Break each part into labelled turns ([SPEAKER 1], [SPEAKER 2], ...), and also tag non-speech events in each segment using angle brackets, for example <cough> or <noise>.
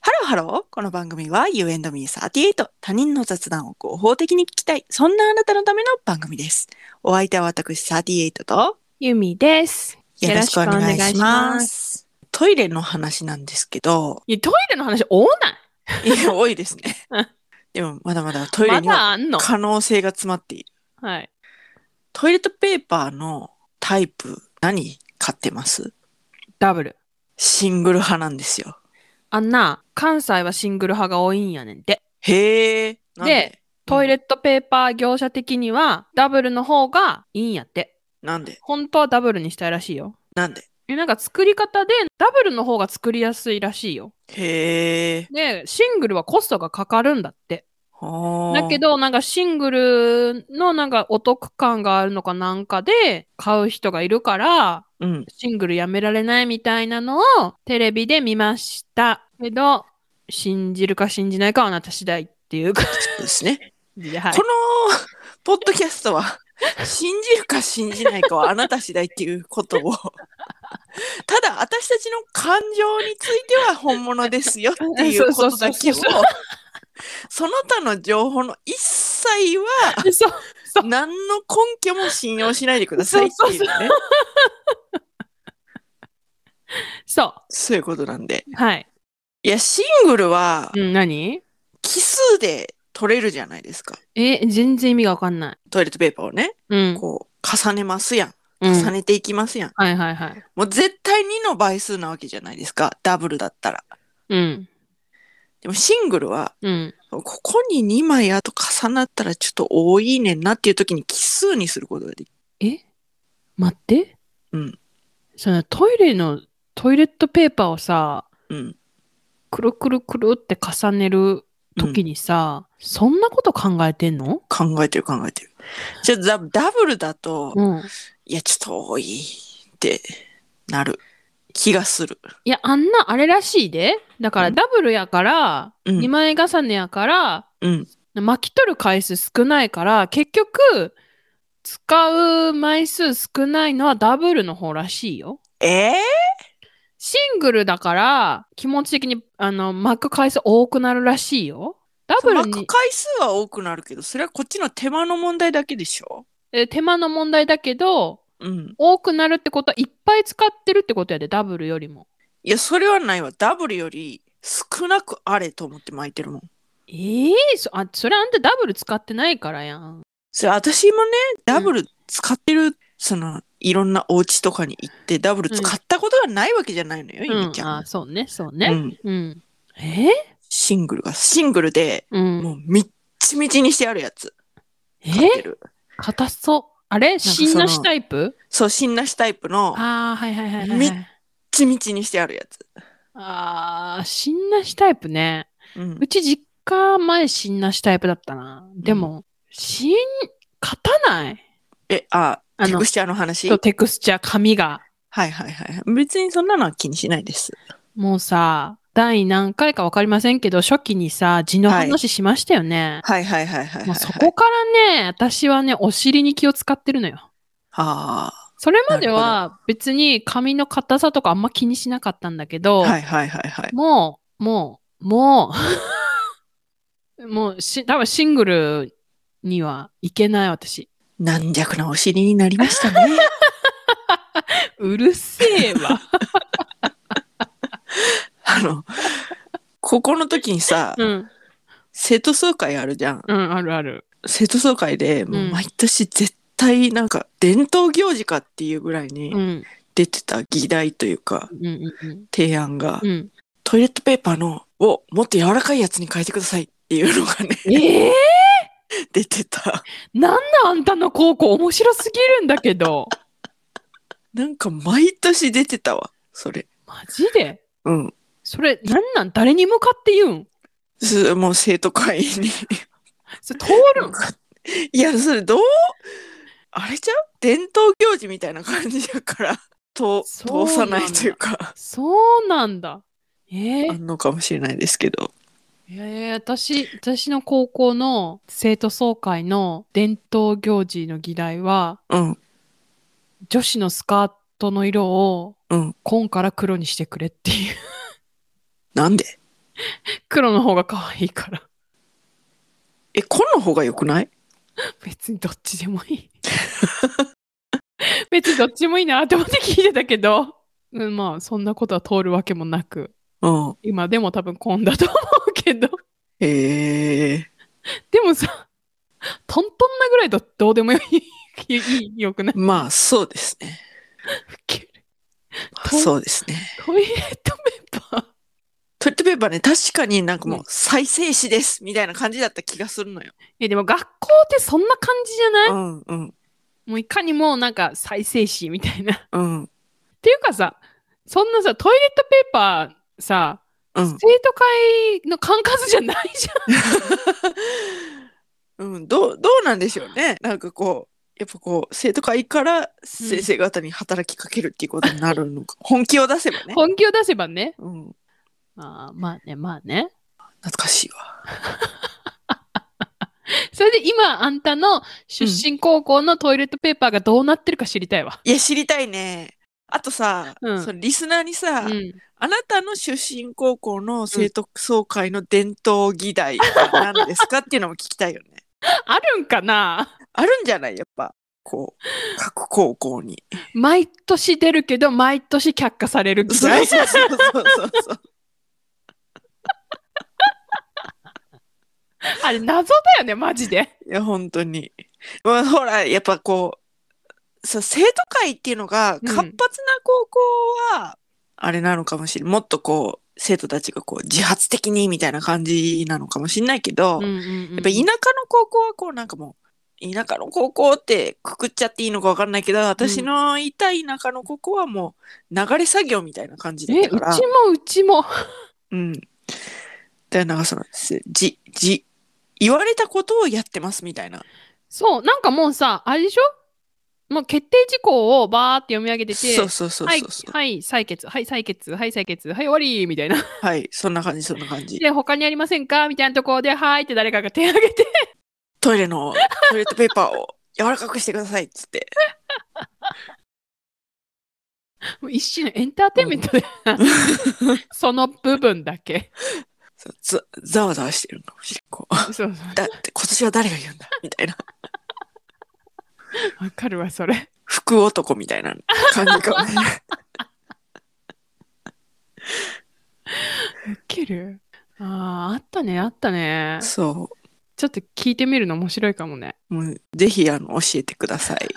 [SPEAKER 1] ハロー。この番組は You and me38。他人の雑談を合法的に聞きたい。そんなあなたのための番組です。お相手は私38と
[SPEAKER 2] ゆみです。
[SPEAKER 1] よろしくお願い
[SPEAKER 2] よろしくお願い
[SPEAKER 1] し
[SPEAKER 2] し
[SPEAKER 1] ま。
[SPEAKER 2] ます
[SPEAKER 1] トイレの話なんですけど、
[SPEAKER 2] いや、トイレの話多ない。
[SPEAKER 1] いや多いです
[SPEAKER 2] <laughs>
[SPEAKER 1] ね
[SPEAKER 2] うん。
[SPEAKER 1] でもまだまだトイレ
[SPEAKER 2] ま
[SPEAKER 1] には
[SPEAKER 2] だあんの。
[SPEAKER 1] 可能性が詰まっている。
[SPEAKER 2] はい。
[SPEAKER 1] トイレットペーパーのタイプ何買ってます
[SPEAKER 2] ダブル。
[SPEAKER 1] シングル派なんですよ。
[SPEAKER 2] あんな、関西はシングル派が多いんやねんて。
[SPEAKER 1] へえ。なん
[SPEAKER 2] でトイレットペーパー業者的には、ダブルの方がいいんやって。
[SPEAKER 1] なんで
[SPEAKER 2] 本当はダブルにしたいらしいよ。
[SPEAKER 1] なんで
[SPEAKER 2] え、なんか作り方で、ダブルの方が作りやすいらしいよ。
[SPEAKER 1] へえ。
[SPEAKER 2] で、シングルはコストがかかるんだって。だ
[SPEAKER 1] だ
[SPEAKER 2] け、ど、なんかシングルのなんかお得感があるのかなんかで、買う人がいるから、
[SPEAKER 1] うん、
[SPEAKER 2] シングルやめられないみたいなのをテレビで見ましたけど信じるか信じないかはあなた次第っていう <laughs> 感
[SPEAKER 1] そうですね。
[SPEAKER 2] じで、はい
[SPEAKER 1] こ、のポッドキャストは、
[SPEAKER 2] <laughs>
[SPEAKER 1] 信じるか信じないかはあなた次第っていうことを、ただ私たちの感情については本物ですよっていうことだけを
[SPEAKER 2] そうそうそう、
[SPEAKER 1] その他の情報の一切は
[SPEAKER 2] でそうそう
[SPEAKER 1] 何の根拠も信用しないでくださいっていうね。
[SPEAKER 2] そ
[SPEAKER 1] そういうことなんで。
[SPEAKER 2] うはい、
[SPEAKER 1] いや、シングルは
[SPEAKER 2] うん、何
[SPEAKER 1] 奇数で取れるじゃないですか。
[SPEAKER 2] え全然意味がわかんない
[SPEAKER 1] トイレットペーパーをね、
[SPEAKER 2] うん、
[SPEAKER 1] こう、重ねますやん。
[SPEAKER 2] うん、
[SPEAKER 1] 重ねていきますやん。
[SPEAKER 2] はいはいはい
[SPEAKER 1] もう絶対2の倍数なわけじゃないですか。ダブルだったら。
[SPEAKER 2] うん
[SPEAKER 1] でもシングルは、
[SPEAKER 2] うん
[SPEAKER 1] ここに2枚あと重なったらちょっと多いねんなっていう時に奇数にすることができる。
[SPEAKER 2] え待って
[SPEAKER 1] うん
[SPEAKER 2] そのトイレのトイレットペーパーをさ
[SPEAKER 1] うん。
[SPEAKER 2] くるくるくるって重ねる時にさ、そんなこと考えてんの
[SPEAKER 1] 考えてる考えてる。じゃあダダブルだと、
[SPEAKER 2] うん
[SPEAKER 1] いや、ちょっと多いってなる気がする。
[SPEAKER 2] いや、あんな、あれらしいで。だから、
[SPEAKER 1] ん
[SPEAKER 2] ダブルやから、
[SPEAKER 1] うん
[SPEAKER 2] 2枚重ねやから、
[SPEAKER 1] うん。
[SPEAKER 2] 巻き取る回数少ないから、結局、使う枚数少ないのはダブルの方らしいよ。
[SPEAKER 1] ええ
[SPEAKER 2] シングルだから、気持ち的に、あの、巻く回数多くなるらしいよ。ダブル
[SPEAKER 1] 巻く
[SPEAKER 2] に、
[SPEAKER 1] 回数は多くなるけど、それはこっちの手間の問題だけでしょ
[SPEAKER 2] え手間の問題だけど、
[SPEAKER 1] うん。
[SPEAKER 2] 多くなるってことはいっぱい使ってるってことやで、ダブルよりも。
[SPEAKER 1] いや、それはないわ。ダブルより少なくあれと思って巻いてるもん。
[SPEAKER 2] ええそあ、それあんたダブル使ってないからやん。
[SPEAKER 1] それ私もねダブル使ってる、そのいろんなお家とかに行ってダブル使ったことがないわけじゃないのよ、
[SPEAKER 2] う
[SPEAKER 1] ゆみ
[SPEAKER 2] ん
[SPEAKER 1] ち、ゃん
[SPEAKER 2] あ、、そうね、そうね。
[SPEAKER 1] うん、
[SPEAKER 2] うん。え
[SPEAKER 1] シングルがシングルで
[SPEAKER 2] うん。
[SPEAKER 1] もうみっちみちにしてあるやつ
[SPEAKER 2] え
[SPEAKER 1] 買ってる
[SPEAKER 2] 硬そう。あれ
[SPEAKER 1] その
[SPEAKER 2] 新なしタイプ
[SPEAKER 1] そう新なしタイプのみっ
[SPEAKER 2] ああ、はいはいはい、はい
[SPEAKER 1] み
[SPEAKER 2] はい。
[SPEAKER 1] ちみちにしてあるやつ、
[SPEAKER 2] ああ、新なしタイプね。
[SPEAKER 1] うん
[SPEAKER 2] う、ち実家前新なしタイプだったな。でも、新、勝たない
[SPEAKER 1] えあ
[SPEAKER 2] あの
[SPEAKER 1] テクスチャーの話
[SPEAKER 2] とテクスチャー、紙が。
[SPEAKER 1] はいはいはい別にそんなのは気にしないです
[SPEAKER 2] もうさ、第何回かわかりませんけど、初期にさ、字の
[SPEAKER 1] は
[SPEAKER 2] 話しましたよね。
[SPEAKER 1] はいはいはいはいはい、
[SPEAKER 2] も
[SPEAKER 1] は
[SPEAKER 2] う
[SPEAKER 1] い、
[SPEAKER 2] そこからね、私はね、お尻に気を使ってるのよ。
[SPEAKER 1] あ
[SPEAKER 2] それまでは別に髪の硬さとかあんま気にしなかったんだけ
[SPEAKER 1] ー
[SPEAKER 2] ど、
[SPEAKER 1] はいはいはいはい
[SPEAKER 2] もう、もう、もう、 <laughs> もうし、多分シングルにはいけない私。
[SPEAKER 1] 軟弱なお尻になりました
[SPEAKER 2] <laughs>
[SPEAKER 1] ね
[SPEAKER 2] うるせえわ。
[SPEAKER 1] あのここの時にさ、
[SPEAKER 2] <laughs> うん、
[SPEAKER 1] 生徒総会あるじゃん。
[SPEAKER 2] うん、あるある。
[SPEAKER 1] 生徒総会でもう毎年絶対なんか伝統行事かっていうぐらいに
[SPEAKER 2] うん、
[SPEAKER 1] 出てた議題というか
[SPEAKER 2] うん、うん
[SPEAKER 1] 提案が、
[SPEAKER 2] うん、うん。
[SPEAKER 1] トイレットペーパーのをもっと柔らかいやつに変えてくださいっていうのがね <laughs>
[SPEAKER 2] ええ
[SPEAKER 1] 出てた
[SPEAKER 2] なんなんあんたの高校面白すぎるんだけど。
[SPEAKER 1] なんか毎年出てたわそれ
[SPEAKER 2] マジで
[SPEAKER 1] うん
[SPEAKER 2] それ、なんなん誰に向かって言うん
[SPEAKER 1] すもう生徒会に <laughs>
[SPEAKER 2] それ通るん
[SPEAKER 1] いやそれどうあれじゃう伝統行事みたいな感じやからと
[SPEAKER 2] そう
[SPEAKER 1] 通
[SPEAKER 2] な
[SPEAKER 1] さ
[SPEAKER 2] んだ
[SPEAKER 1] ないというか
[SPEAKER 2] そうなんだ。ええ
[SPEAKER 1] あんのかもしれないですけど
[SPEAKER 2] ええ私、私の高校の生徒総会の伝統行事の議題は、
[SPEAKER 1] うん
[SPEAKER 2] 女子のスカートの色を
[SPEAKER 1] うん
[SPEAKER 2] 紺から黒にしてくれっていう。
[SPEAKER 1] なんで
[SPEAKER 2] <laughs> 黒の方が可愛いから。
[SPEAKER 1] え、紺の方が良くない
[SPEAKER 2] 別にどっちでもい <laughs> い。別にどっちもいいなって思って聞いてたけど、うん、まあそんなことは通るわけもなく、
[SPEAKER 1] うん。
[SPEAKER 2] 今でも多分混んだと思うけど、 <laughs>
[SPEAKER 1] へえ。
[SPEAKER 2] でもさ、トントンなぐらいどどうでもよい、 <laughs> いいよくない
[SPEAKER 1] まあ、そうですね。
[SPEAKER 2] ウケる
[SPEAKER 1] まあそうですね。
[SPEAKER 2] トイレットペーパー。
[SPEAKER 1] トイレットペーパーね、確かになんかもう
[SPEAKER 2] うん
[SPEAKER 1] 再生紙ですみたいな感じだった気がするのよ。
[SPEAKER 2] え、でも学校ってそんな感じじゃない
[SPEAKER 1] うんうん
[SPEAKER 2] もういかにもなんか再生紙みたいな。っ
[SPEAKER 1] うん
[SPEAKER 2] ていうかさ、そんなさ、トイレットペーパーさ、
[SPEAKER 1] うん。
[SPEAKER 2] 生徒会の管轄じゃないじゃん。
[SPEAKER 1] うん、どう、どうなんでしょうね。なんかこう、やっぱこう、生徒会から先生方に働きかけるっていうことになるのか。本気を出せばね。
[SPEAKER 2] 本気を出せばね。
[SPEAKER 1] うん。
[SPEAKER 2] あーまあね、まあね。
[SPEAKER 1] 懐かしいわ。
[SPEAKER 2] それで今、あんたの出身高校のトイレットペーパーがどうなってるか知りたいわ。
[SPEAKER 1] いや、知りたいね。あとさ、
[SPEAKER 2] うん
[SPEAKER 1] そのリスナーにさ、
[SPEAKER 2] うん。
[SPEAKER 1] あなたの出身高校の生徒総会の伝統議題は何ですかっていうのも聞きたいよね。
[SPEAKER 2] あるんかな
[SPEAKER 1] <laughs> あるんじゃないやっぱ、こう、各高校に。
[SPEAKER 2] 毎年出るけど、毎年却下されるぐ
[SPEAKER 1] そ
[SPEAKER 2] ら
[SPEAKER 1] う
[SPEAKER 2] い。
[SPEAKER 1] そうそうそうそう。
[SPEAKER 2] <laughs> あれ、謎だよね、マジで。
[SPEAKER 1] いや、本当に。まあ、ほら、やっぱこう、さ、生徒会っていうのが
[SPEAKER 2] ん
[SPEAKER 1] 活発な高校は、あれなのかもしれん。もっとこう、生徒たちがこう、自発的にみたいな感じなのかもしれないけど、
[SPEAKER 2] うんうんうん
[SPEAKER 1] やっぱ田舎の高校はこうなんかもう田舎の高校ってくくっちゃっていいのか分かんないけど私のいた田舎の高校はもう流れ作業みたいな感じだった
[SPEAKER 2] え、うち
[SPEAKER 1] から、
[SPEAKER 2] もうちも。
[SPEAKER 1] うん、だからなんかそのすじじ言われたことをやってますみたいな
[SPEAKER 2] そう、なんかもうさ、あれでしょもう決定事項をバーって読み上げてて、
[SPEAKER 1] そうそうそう
[SPEAKER 2] はい
[SPEAKER 1] そうそう、
[SPEAKER 2] はい、採決、はい、採決、はい、採決、はい、終わりみたいな。
[SPEAKER 1] はい、そんな感じそんな感じ
[SPEAKER 2] で、他にありませんかみたいなところで、はいって誰かが手挙げて、 <laughs>
[SPEAKER 1] トイレのトイレットペーパーを柔らかくしてくださいっつって
[SPEAKER 2] もう一種のエンターテインメントで、その部分だけ。
[SPEAKER 1] そうざざわざわしてるのかもしれんこう
[SPEAKER 2] そうそう。
[SPEAKER 1] だって今年は誰が言うんだみたいな
[SPEAKER 2] わかるわ、それ。
[SPEAKER 1] 福男みたいな感じかも
[SPEAKER 2] <laughs>
[SPEAKER 1] しれない
[SPEAKER 2] ウケる。ああ、あったね、あったね。
[SPEAKER 1] そ
[SPEAKER 2] ちょっと聞いてみるの面白いかもね。
[SPEAKER 1] う。もうぜひあの教えてください。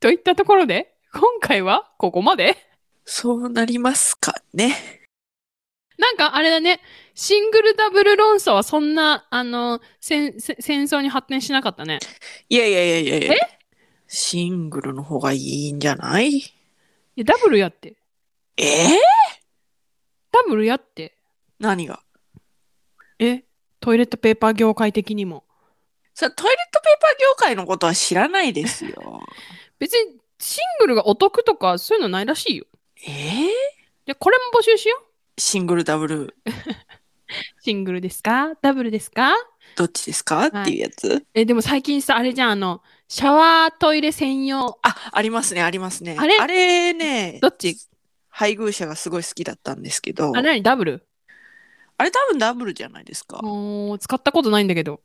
[SPEAKER 2] といったところで、今回はここまで
[SPEAKER 1] <laughs> そうなりますかね。
[SPEAKER 2] なんかあれだね、シングルダブル論争はそんな、あの、戦戦戦争に発展しなかったね。
[SPEAKER 1] いやいやいやいやいや。シングルの方がいいんじゃない
[SPEAKER 2] いやダブルやって。
[SPEAKER 1] え
[SPEAKER 2] ダブルやって。
[SPEAKER 1] 何が
[SPEAKER 2] えトイレットペーパー業界的にも。
[SPEAKER 1] さトイレットペーパー業界のことは知らないですよ。
[SPEAKER 2] 別にシングルがお得とかそういうのないらしいよ。
[SPEAKER 1] <laughs> え
[SPEAKER 2] じゃこれも募集しよう。
[SPEAKER 1] シングルダブル
[SPEAKER 2] シングルですかダブルですか
[SPEAKER 1] どっちですかっ
[SPEAKER 2] い
[SPEAKER 1] ていうやつ、
[SPEAKER 2] え、でも最近さ、あれじゃん、あの、シャワートイレ専用。
[SPEAKER 1] あ、ありますね、ありますね。
[SPEAKER 2] あれ
[SPEAKER 1] ね、
[SPEAKER 2] どっち
[SPEAKER 1] 配偶者がすごい好きだったんですけど、
[SPEAKER 2] あれ
[SPEAKER 1] あれ
[SPEAKER 2] 何ダブル
[SPEAKER 1] 多分ダブルじゃないですか。
[SPEAKER 2] もう使ったことないんだけど。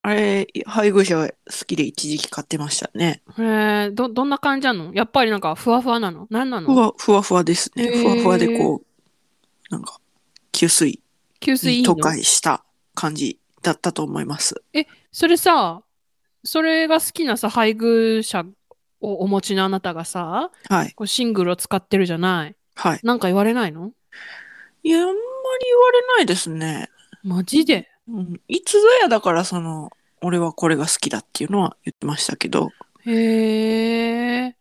[SPEAKER 1] あれ、配偶者が好きで一時期買ってましたね。
[SPEAKER 2] へえ、ど、どんな感じなのやっぱりなんかふわふわなの何な
[SPEAKER 1] ふ
[SPEAKER 2] の
[SPEAKER 1] わ、ふわふわですね。
[SPEAKER 2] へー
[SPEAKER 1] ふわふわでこう、なんか、吸水
[SPEAKER 2] 吸水い
[SPEAKER 1] に
[SPEAKER 2] いの
[SPEAKER 1] 溶解した感じだったと思います。
[SPEAKER 2] それさ、それが好きなさ、配偶者をお持ちのあなたがさ、
[SPEAKER 1] はい。
[SPEAKER 2] こうシングルを使ってるじゃない。
[SPEAKER 1] はい。
[SPEAKER 2] なんか言われないの
[SPEAKER 1] いや、あんまり言われないですね。
[SPEAKER 2] マジで。
[SPEAKER 1] うん。いつぞやだから、その、俺はこれが好きだっていうのは言ってましたけど、
[SPEAKER 2] へえ。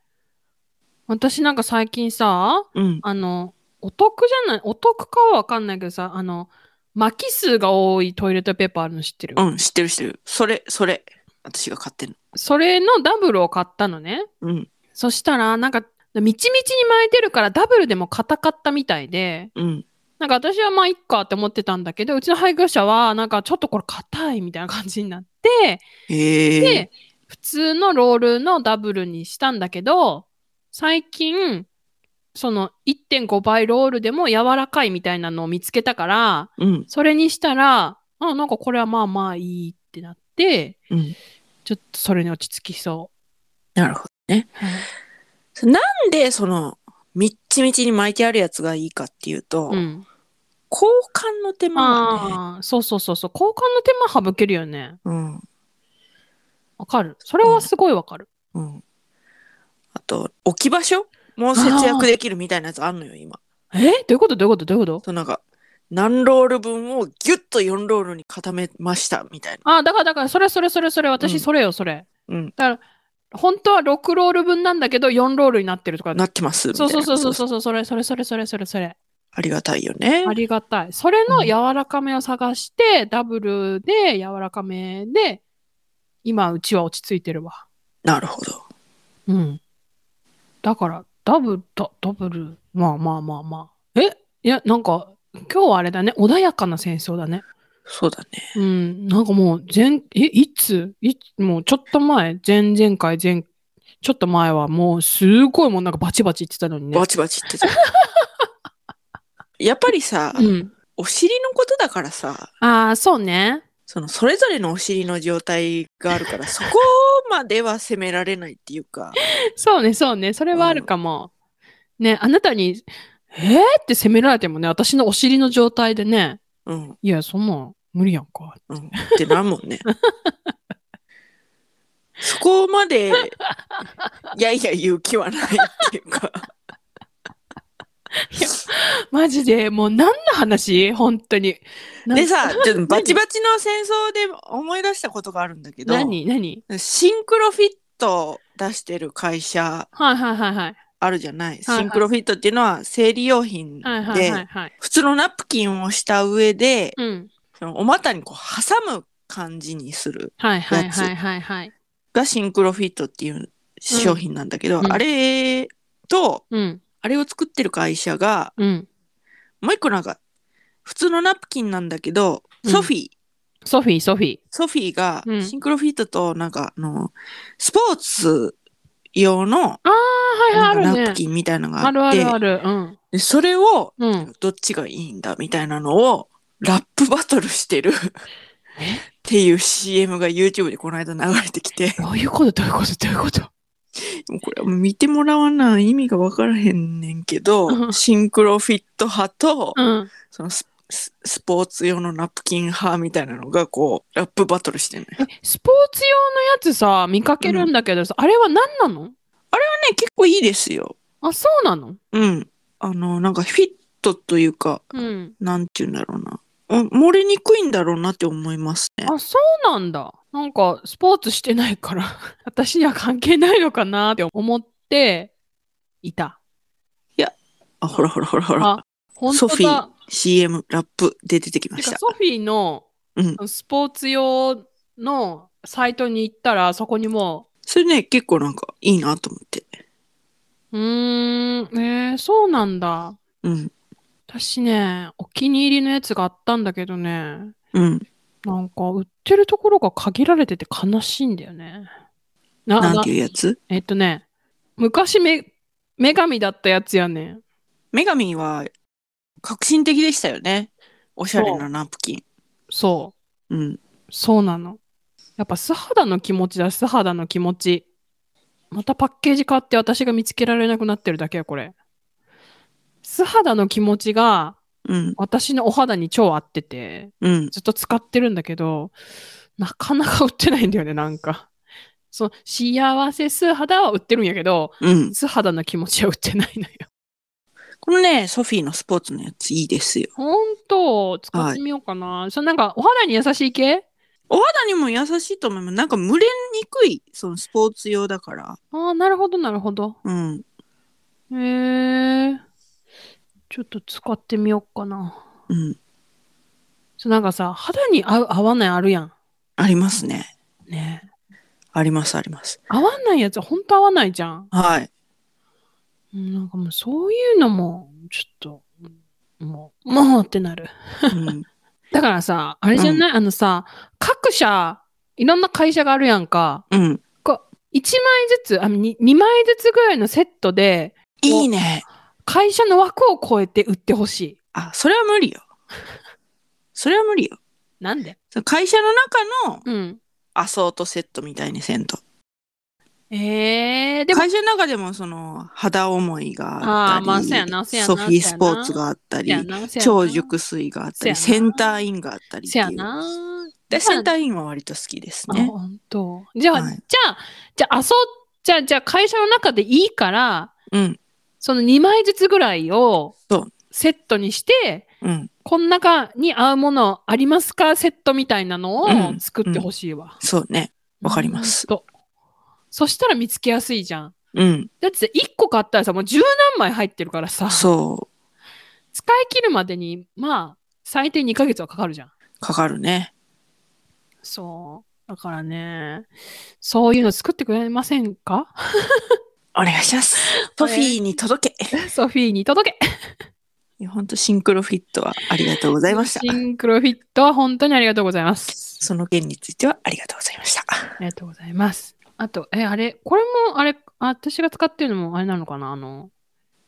[SPEAKER 2] 私なんか最近さ、
[SPEAKER 1] うん。
[SPEAKER 2] あの、お得じゃない、お得かはわかんないけどさ、あの、巻き数が多いトイレットペーパーあるの知ってる、
[SPEAKER 1] うん、知ってる知ってる。それ、それ。私が買ってる
[SPEAKER 2] それのダブルを買ったのね。
[SPEAKER 1] の。うん、
[SPEAKER 2] そしたら、なんか、みちみちに巻いてるからダブルでも硬かったみたいで、
[SPEAKER 1] うん。
[SPEAKER 2] なんか私はまあいっかって思ってたんだけど、うちの配偶者はなんかちょっとこれ硬いみたいな感じになって、
[SPEAKER 1] へえ。
[SPEAKER 2] で、普通のロールのダブルにしたんだけど、最近、その1.5倍ロールでも柔らかいみたいなのを見つけたから、
[SPEAKER 1] うん。
[SPEAKER 2] それにしたら、あ、なんかこれはまあまあいいってなって、
[SPEAKER 1] うん。
[SPEAKER 2] ちょっとそれに落ち着きそ
[SPEAKER 1] なるほどね。なんで、その、みっちみちに巻いてあるやつがいいかっていうと、
[SPEAKER 2] う。うん。
[SPEAKER 1] 交換の手間がね。
[SPEAKER 2] ああ、そうそうそうそう。交換の手間省けるよね。
[SPEAKER 1] うん。
[SPEAKER 2] わかる。それはすごいわかる。
[SPEAKER 1] うん。あと、置き場所も節約できるみたいなやつあんのよ、今。
[SPEAKER 2] えどういうことどういうことどういうこと
[SPEAKER 1] そうなんか、何ロール分をギュッと4ロールに固めました、みたいな。
[SPEAKER 2] ああ、だからだから、それそれそれそれ、
[SPEAKER 1] うん
[SPEAKER 2] 私それよ、それ。
[SPEAKER 1] うん。
[SPEAKER 2] 本当は6ロール分なんだけど、4ロールになってるとか。
[SPEAKER 1] なってます。みた
[SPEAKER 2] そ
[SPEAKER 1] いうな
[SPEAKER 2] そうそうそうそうそう、それそれそれそれそれそれ。
[SPEAKER 1] ありがたいよね
[SPEAKER 2] あ。りがたい。それの柔らかめを探して、ダブルで柔らかめで、今、うちは落ち着いてるわ。
[SPEAKER 1] なるほど。
[SPEAKER 2] うん。だから、ダブル、ダダブル、まあまあまあまあ。えいや、なんか、今日はあれだね、穏やかな戦争だね。
[SPEAKER 1] そうだね。
[SPEAKER 2] うん、なんかもう、前、え、いついつもうちょっと前、前々回、前、ちょっと前はもう、すごいもうなんかバチバチ言ってたのにね
[SPEAKER 1] バ。チバチ
[SPEAKER 2] <laughs>
[SPEAKER 1] ってた。やっぱりさ、
[SPEAKER 2] うん。
[SPEAKER 1] お尻のことだからさ、
[SPEAKER 2] ああ、そうね。
[SPEAKER 1] そのそれぞれのお尻の状態がある
[SPEAKER 2] <laughs>
[SPEAKER 1] から、そこまでは責められないっていうか、
[SPEAKER 2] そうね、そうね。それはあるかも。ね、あなたに、えー、って責められてもね、私のお尻の状態でね、
[SPEAKER 1] うん、
[SPEAKER 2] いや、そんなん無理やんか。
[SPEAKER 1] うん、ってなるもん
[SPEAKER 2] <laughs>
[SPEAKER 1] ね。そこまで、いやいや言う気はないっていうか、
[SPEAKER 2] <laughs> マジで、もう何の話本当に。 <laughs> な
[SPEAKER 1] でさ、ちょっとバチバチの戦争で思い出したことがあるんだけど、
[SPEAKER 2] 何何
[SPEAKER 1] シンクロフィット出してる会社
[SPEAKER 2] はいはいはいはい。
[SPEAKER 1] あるじゃない。
[SPEAKER 2] はい
[SPEAKER 1] シンクロフィットっていうのは生理用品で、
[SPEAKER 2] はいはいはいはい。
[SPEAKER 1] 普通のナプキンをした上で、
[SPEAKER 2] うん。
[SPEAKER 1] そのお股にこう挟む感じにする
[SPEAKER 2] はいはいはいはいはい。
[SPEAKER 1] がシンクロフィットっていう商品なんだけど、
[SPEAKER 2] うん
[SPEAKER 1] あれと、
[SPEAKER 2] うん。
[SPEAKER 1] あれを作ってる会社が、
[SPEAKER 2] うん。
[SPEAKER 1] もう一個なんか、普通のナプキンなんだけど、
[SPEAKER 2] うん
[SPEAKER 1] ソフィー、
[SPEAKER 2] ソフィー、ソフィー。
[SPEAKER 1] ソフィーが
[SPEAKER 2] うん
[SPEAKER 1] シンクロフィットとなんかあの、スポーツ用の
[SPEAKER 2] ああ、はいはい、あ
[SPEAKER 1] ナ
[SPEAKER 2] る
[SPEAKER 1] プ
[SPEAKER 2] ね。
[SPEAKER 1] キンみたいなのがあ
[SPEAKER 2] あ
[SPEAKER 1] って、
[SPEAKER 2] るあるある。うん。
[SPEAKER 1] でそれを
[SPEAKER 2] うん。
[SPEAKER 1] どっちがいいんだみたいなのをラップバトルしてるっていう CM が YouTube でこの間流れてきて、
[SPEAKER 2] どういうことどういうことどういうこと
[SPEAKER 1] もうこれは見てもらわない意味がわからへんねんけ
[SPEAKER 2] う
[SPEAKER 1] ど、
[SPEAKER 2] ん
[SPEAKER 1] シンクロフィット派と、
[SPEAKER 2] うん。
[SPEAKER 1] そのスススポーツ用のナプキン派みたいなのがこう、ラップバトルしてんね。ね、
[SPEAKER 2] スポーツ用のやつさ、見かけるんだけどさ、あれは何なの
[SPEAKER 1] 結構いいですよ。
[SPEAKER 2] あ、そうなの
[SPEAKER 1] うん。あの、なんかフィットというか、
[SPEAKER 2] うん。
[SPEAKER 1] なんて言うんだろうな。うん漏れにくいんだろうなって思いますね。
[SPEAKER 2] あ、そうなんだ。なんか、スポーツしてないから、 <laughs> 私には関係ないのかなって思っていた。
[SPEAKER 1] あ、ほらほらほらほら。
[SPEAKER 2] あ、本
[SPEAKER 1] ソ
[SPEAKER 2] 当
[SPEAKER 1] フィー
[SPEAKER 2] だ。
[SPEAKER 1] CM ラップで出てきま
[SPEAKER 2] て
[SPEAKER 1] し
[SPEAKER 2] か、
[SPEAKER 1] た。
[SPEAKER 2] ソフィーの
[SPEAKER 1] うん。
[SPEAKER 2] スポーツ用のサイトに行ったら、そこにも
[SPEAKER 1] それね、結構なんかいいなと思って。
[SPEAKER 2] う、うーん、えー、そうなんだ。
[SPEAKER 1] うん。
[SPEAKER 2] 私ね、お気に入りのやつがあったんだけどね、
[SPEAKER 1] うん。
[SPEAKER 2] なんか売ってるところが限られてて悲しいんだよね。な、
[SPEAKER 1] なん
[SPEAKER 2] な
[SPEAKER 1] ていうやつ
[SPEAKER 2] えっとね、昔め、女神だったやつやねん。
[SPEAKER 1] 女神は革新的でしたよね。おしゃれなナプキン。
[SPEAKER 2] そ
[SPEAKER 1] うん。
[SPEAKER 2] う、そうなの。やっぱ素肌の気持ちだ、素肌の気持ち。またパッケージ買って私が見つけられなくなってるだけや、これ。素肌の気持ちが
[SPEAKER 1] うん。
[SPEAKER 2] 私のお肌に超合ってて、
[SPEAKER 1] うん。
[SPEAKER 2] ずっと使ってるんだけど、なかなか売ってないんだよね、なんか。その幸せ素肌は売ってるんやけど、
[SPEAKER 1] うん。
[SPEAKER 2] 素肌の気持ちは売ってないのよ。
[SPEAKER 1] このね、ソフィーのスポーツのやついいですよ。
[SPEAKER 2] ほんと、使ってみようかな。そのなんか、お肌に優しい系
[SPEAKER 1] お肌にも優しいと思います。なんか蒸れにくい、そのスポーツ用だから。
[SPEAKER 2] ああ、なるほど、なるほど。
[SPEAKER 1] うん。
[SPEAKER 2] へえ。ちょっと使ってみようかな。
[SPEAKER 1] うん。
[SPEAKER 2] そうなんかさ、肌に合う、合わないあるやん。
[SPEAKER 1] ありますね。
[SPEAKER 2] ね
[SPEAKER 1] あります、あります。
[SPEAKER 2] 合わないやつ、ほんと合わないじゃん。
[SPEAKER 1] はい。
[SPEAKER 2] うんなんかもう、そういうのも、ちょっと、もう、もうってなる。
[SPEAKER 1] うん。
[SPEAKER 2] だからさ、あれじゃない、あのさ、各社、いろんな会社があるやんか。 <laughs>
[SPEAKER 1] うん。
[SPEAKER 2] 1枚ずつ、あ2、2枚ずつぐらいのセットで、
[SPEAKER 1] いいね。
[SPEAKER 2] 会社の枠を超えて売ってほしい。
[SPEAKER 1] あ、それは無理よ。それは無理よ。
[SPEAKER 2] なんで
[SPEAKER 1] その会社の中の
[SPEAKER 2] うん。
[SPEAKER 1] アソートセットみたいにせんと。
[SPEAKER 2] えー、でも、
[SPEAKER 1] 会社の中でもその肌思いがあった
[SPEAKER 2] あー
[SPEAKER 1] り、
[SPEAKER 2] まあそうやなそうやな
[SPEAKER 1] ソフィースポーツがあったり、超熟睡があったり、
[SPEAKER 2] そう
[SPEAKER 1] セ
[SPEAKER 2] やな
[SPEAKER 1] ンターインがあったりって
[SPEAKER 2] せ
[SPEAKER 1] いう
[SPEAKER 2] やな。
[SPEAKER 1] で、センタ
[SPEAKER 2] ー
[SPEAKER 1] ーインは割と好きです
[SPEAKER 2] ね。あ
[SPEAKER 1] ね。
[SPEAKER 2] 本当。じゃあ、
[SPEAKER 1] はい
[SPEAKER 2] じゃあ、じゃあ、あそう、じゃあ、じゃあ会社の中でいいから、
[SPEAKER 1] うん、
[SPEAKER 2] その2枚ずつぐらいを
[SPEAKER 1] そう
[SPEAKER 2] セットにして、
[SPEAKER 1] うん。
[SPEAKER 2] この中に合うものありますかセットみたいなのを
[SPEAKER 1] うん
[SPEAKER 2] 作ってほしいわ。
[SPEAKER 1] そうね。わかります
[SPEAKER 2] ほんと。そしたら見つけやすいじゃん。
[SPEAKER 1] うん。
[SPEAKER 2] だって1個買ったらさ、もう十何枚入ってるからさ、使
[SPEAKER 1] そ
[SPEAKER 2] い切るまでに、まあ、最低2ヶ月はかかるじゃん。
[SPEAKER 1] う。かかるね。
[SPEAKER 2] そう。だからね、そういうの作ってくれませんか <laughs>
[SPEAKER 1] お願いします。トフィーに届け。
[SPEAKER 2] ソフィーに届け
[SPEAKER 1] いや本当シンクロフィットはありがとうございました
[SPEAKER 2] シ。ンクロフィットは本当にありがとうございます。
[SPEAKER 1] その件についてはありがとうございました。
[SPEAKER 2] ありがとうございます。あと、え、あれ、これも、あれ、あ私が使ってるのもあれなのかなあの、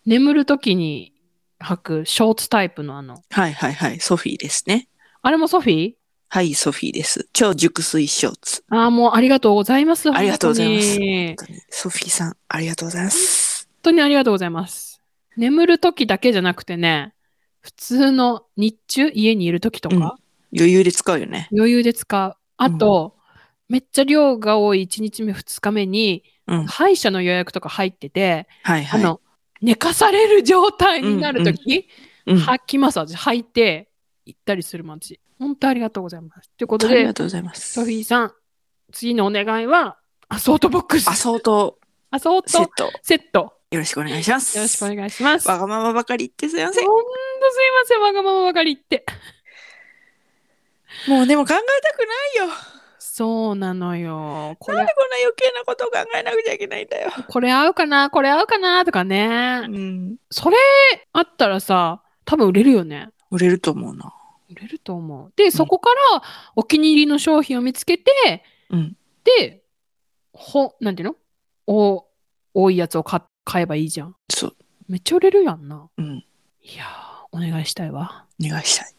[SPEAKER 2] 眠るときに履くショーツタイプのあの、
[SPEAKER 1] はいはいはい。ソフィーですね。
[SPEAKER 2] あれもソフィー
[SPEAKER 1] はい、ソフィーです。超熟睡ショーツ。
[SPEAKER 2] ああ、もうありがとうございます。
[SPEAKER 1] ありがとうございます
[SPEAKER 2] 本当に
[SPEAKER 1] 本当にソフィーさん、ありがとうございます。
[SPEAKER 2] 本当にありがとうございます。眠るときだけじゃなくてね、普通の日中、家にいるときとか、
[SPEAKER 1] うん余裕で使うよね。
[SPEAKER 2] 余裕で使う。あと、めっちゃ量が多い1日目、2日目に、
[SPEAKER 1] うん。
[SPEAKER 2] 歯医者の予約とか入ってて、
[SPEAKER 1] はいはい。
[SPEAKER 2] あの、寝かされる状態になるとき、
[SPEAKER 1] うん、あ
[SPEAKER 2] 吐きます、私。吐いて、行ったりする街。本当ありがとうございます。ということ
[SPEAKER 1] り
[SPEAKER 2] で
[SPEAKER 1] が、とうございます。
[SPEAKER 2] ソフィーさん、次のお願いは、アソートボックス。
[SPEAKER 1] アソート
[SPEAKER 2] アソー
[SPEAKER 1] セット、
[SPEAKER 2] トセット。
[SPEAKER 1] よろしくお願いします。
[SPEAKER 2] よろしくお願いします。
[SPEAKER 1] わがままばかり言ってすいません。
[SPEAKER 2] ほんとすいません、わがままばかり言って。
[SPEAKER 1] もうでも考えたくないよ。
[SPEAKER 2] そうなのよ。こ
[SPEAKER 1] なん
[SPEAKER 2] れ
[SPEAKER 1] で、こんな余計なことを考えなくちゃいけないんだよ。
[SPEAKER 2] これ合うかなこれ合うかなとかね
[SPEAKER 1] う。ん。
[SPEAKER 2] それあったらさ、多分売れるよね。
[SPEAKER 1] 売れると思うな。
[SPEAKER 2] 売れると思う。で、そこからお気に入りの商品を見つけて、
[SPEAKER 1] うん。
[SPEAKER 2] で、ほ、なんていうのお、多いやつを買買えばいいじゃん。
[SPEAKER 1] そう。
[SPEAKER 2] めっちゃ売れるやんな。
[SPEAKER 1] うん。
[SPEAKER 2] いやー、お願いしたいわ。
[SPEAKER 1] お願いしたい。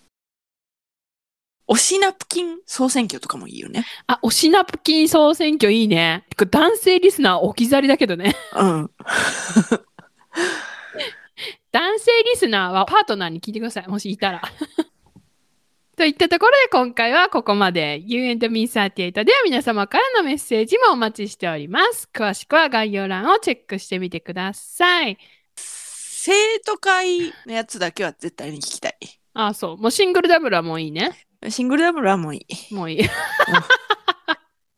[SPEAKER 1] 推しナプキン総選挙とかもいいよね。
[SPEAKER 2] あ、おしナプキン総選挙いいね。これ男性リスナー置き去りだけどね。
[SPEAKER 1] うん。
[SPEAKER 2] 男性リスナーはパートナーに聞いてください。もしいたら。 <laughs> といったところで今回はここまで U&Me38 では皆様からのメッセージもお待ちしております。詳しくは概要欄をチェックしてみてください。
[SPEAKER 1] 生徒会のやつだけは絶対に聞きたい。
[SPEAKER 2] あ、そう。もうシングルダブルはもういいね。
[SPEAKER 1] シングルダブルはもういい。
[SPEAKER 2] もういい。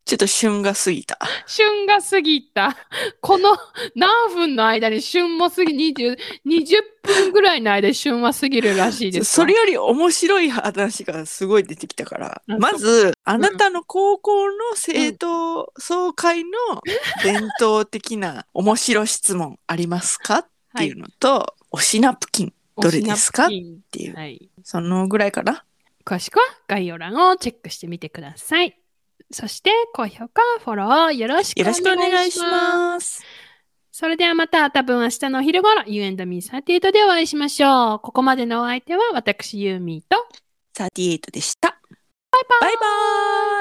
[SPEAKER 1] ちょっと旬が過ぎた。
[SPEAKER 2] 旬が過ぎた。この何分の間に旬も過ぎ、20、20分ぐらいの間に旬は過ぎるらしいです
[SPEAKER 1] そ
[SPEAKER 2] わ。
[SPEAKER 1] れより面白い話がすごい出てきたから
[SPEAKER 2] あ
[SPEAKER 1] まずあなたの高校の生徒総会の伝統的な面白質問ありますかっていうのと、推しナプキンっどれですか
[SPEAKER 2] お品品
[SPEAKER 1] ていう
[SPEAKER 2] はい。
[SPEAKER 1] そのぐらいかな
[SPEAKER 2] 詳しくは概要欄をチェックしてみてください。そして、高評価、フォローよろしく
[SPEAKER 1] よ
[SPEAKER 2] お願
[SPEAKER 1] ろ
[SPEAKER 2] い
[SPEAKER 1] し
[SPEAKER 2] し
[SPEAKER 1] くお願
[SPEAKER 2] ま
[SPEAKER 1] い
[SPEAKER 2] す。
[SPEAKER 1] します
[SPEAKER 2] それではまた多分明日のお昼頃、You and Me38 でお会いしましょう。ここまでのお相手は私、ユーミーと、
[SPEAKER 1] 38でしたバイバーイ